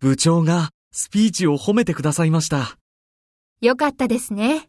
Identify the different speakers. Speaker 1: 部長がスピーチを褒めてくださいました。
Speaker 2: よかったですね。